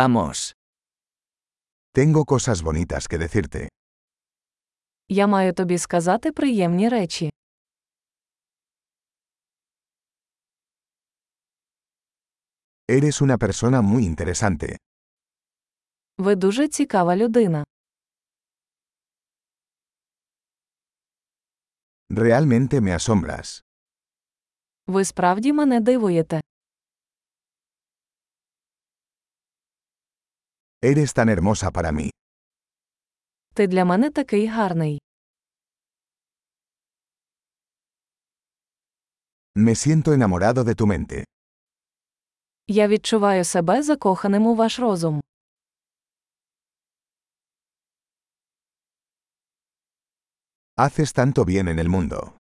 Vamos. Tengo cosas bonitas que decirte. Я маю тобі сказати приємні речі. Eres una persona muy interesante. Ви дуже цікава людина. Realmente me asombras. Ви справді мене дивуєте. Eres tan hermosa para mí. Ти для мене такий гарний. Me siento enamorado de tu mente. Я відчуваю себе закоханим у ваш розум. Haces tanto bien en el mundo.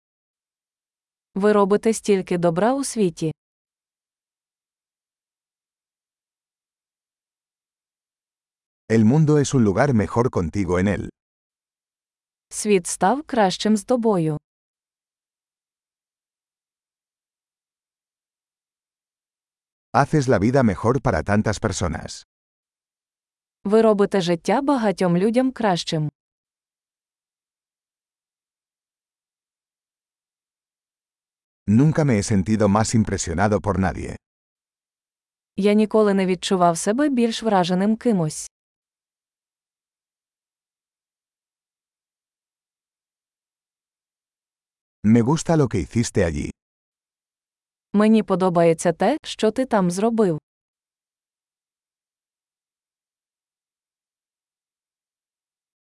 Ви робите стільки добра у світі. El mundo es un lugar mejor contigo en él. Світ став кращим з тобою. Haces la vida mejor para tantas personas. Ви робите життя багатьом людям кращим. Nunca me he sentido más impresionado por nadie. Я ніколи не відчував себе більш враженим кимось. Me gusta lo que hiciste allí. Мені подобається те, що ти там зробив.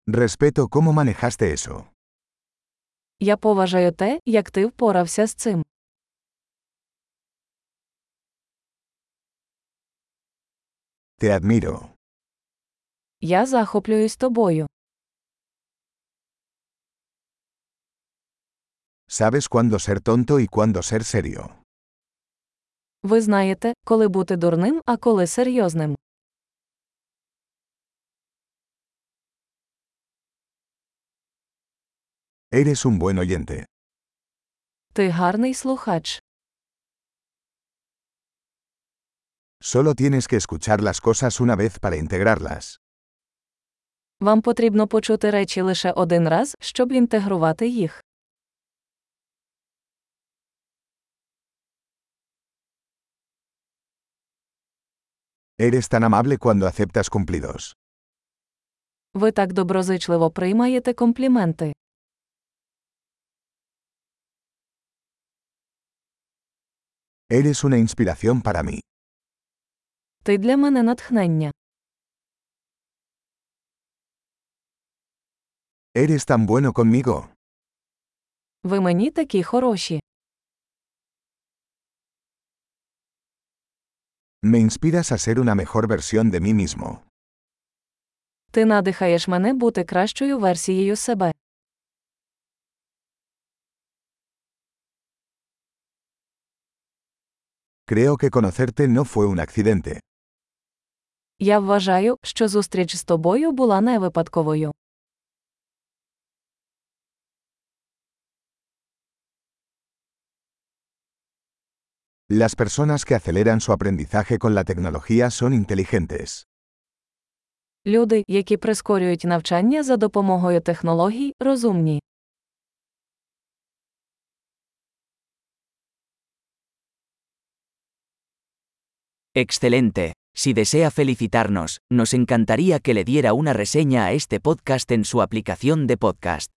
Respeto cómo manejaste eso. Я поважаю те, як ти впорався з цим. Te admiro. Я захоплююсь тобою. Sabes cuándo ser tonto y cuándo ser serio. Ви знаєте, коли бути дурним, а коли серйозним. Eres un buen oyente. Ти гарний слухач. Solo tienes que escuchar las cosas una vez para integrarlas. Вам потрібно почути речі лише один раз, щоб інтегрувати їх. Eres tan amable cuando aceptas cumplidos. Ви так доброзичливо приймаєте компліменти. Eres una inspiración para mí. Ти для мене натхнення. Eres tan bueno conmigo. Ви мені такі хороші. Me inspiras a ser una mejor versión de mí mismo. Ти надихаєш мене бути кращою версією себе. Creo que conocerte no fue un accidente. Я вважаю, що зустріч з тобою була не випадковою. Las personas que aceleran su aprendizaje con la tecnología son inteligentes. Люди, які прискорюють навчання за допомогою технологій, розумні. Excelente. Si desea felicitarnos, nos encantaría que le diera una reseña a este podcast en su aplicación de podcast.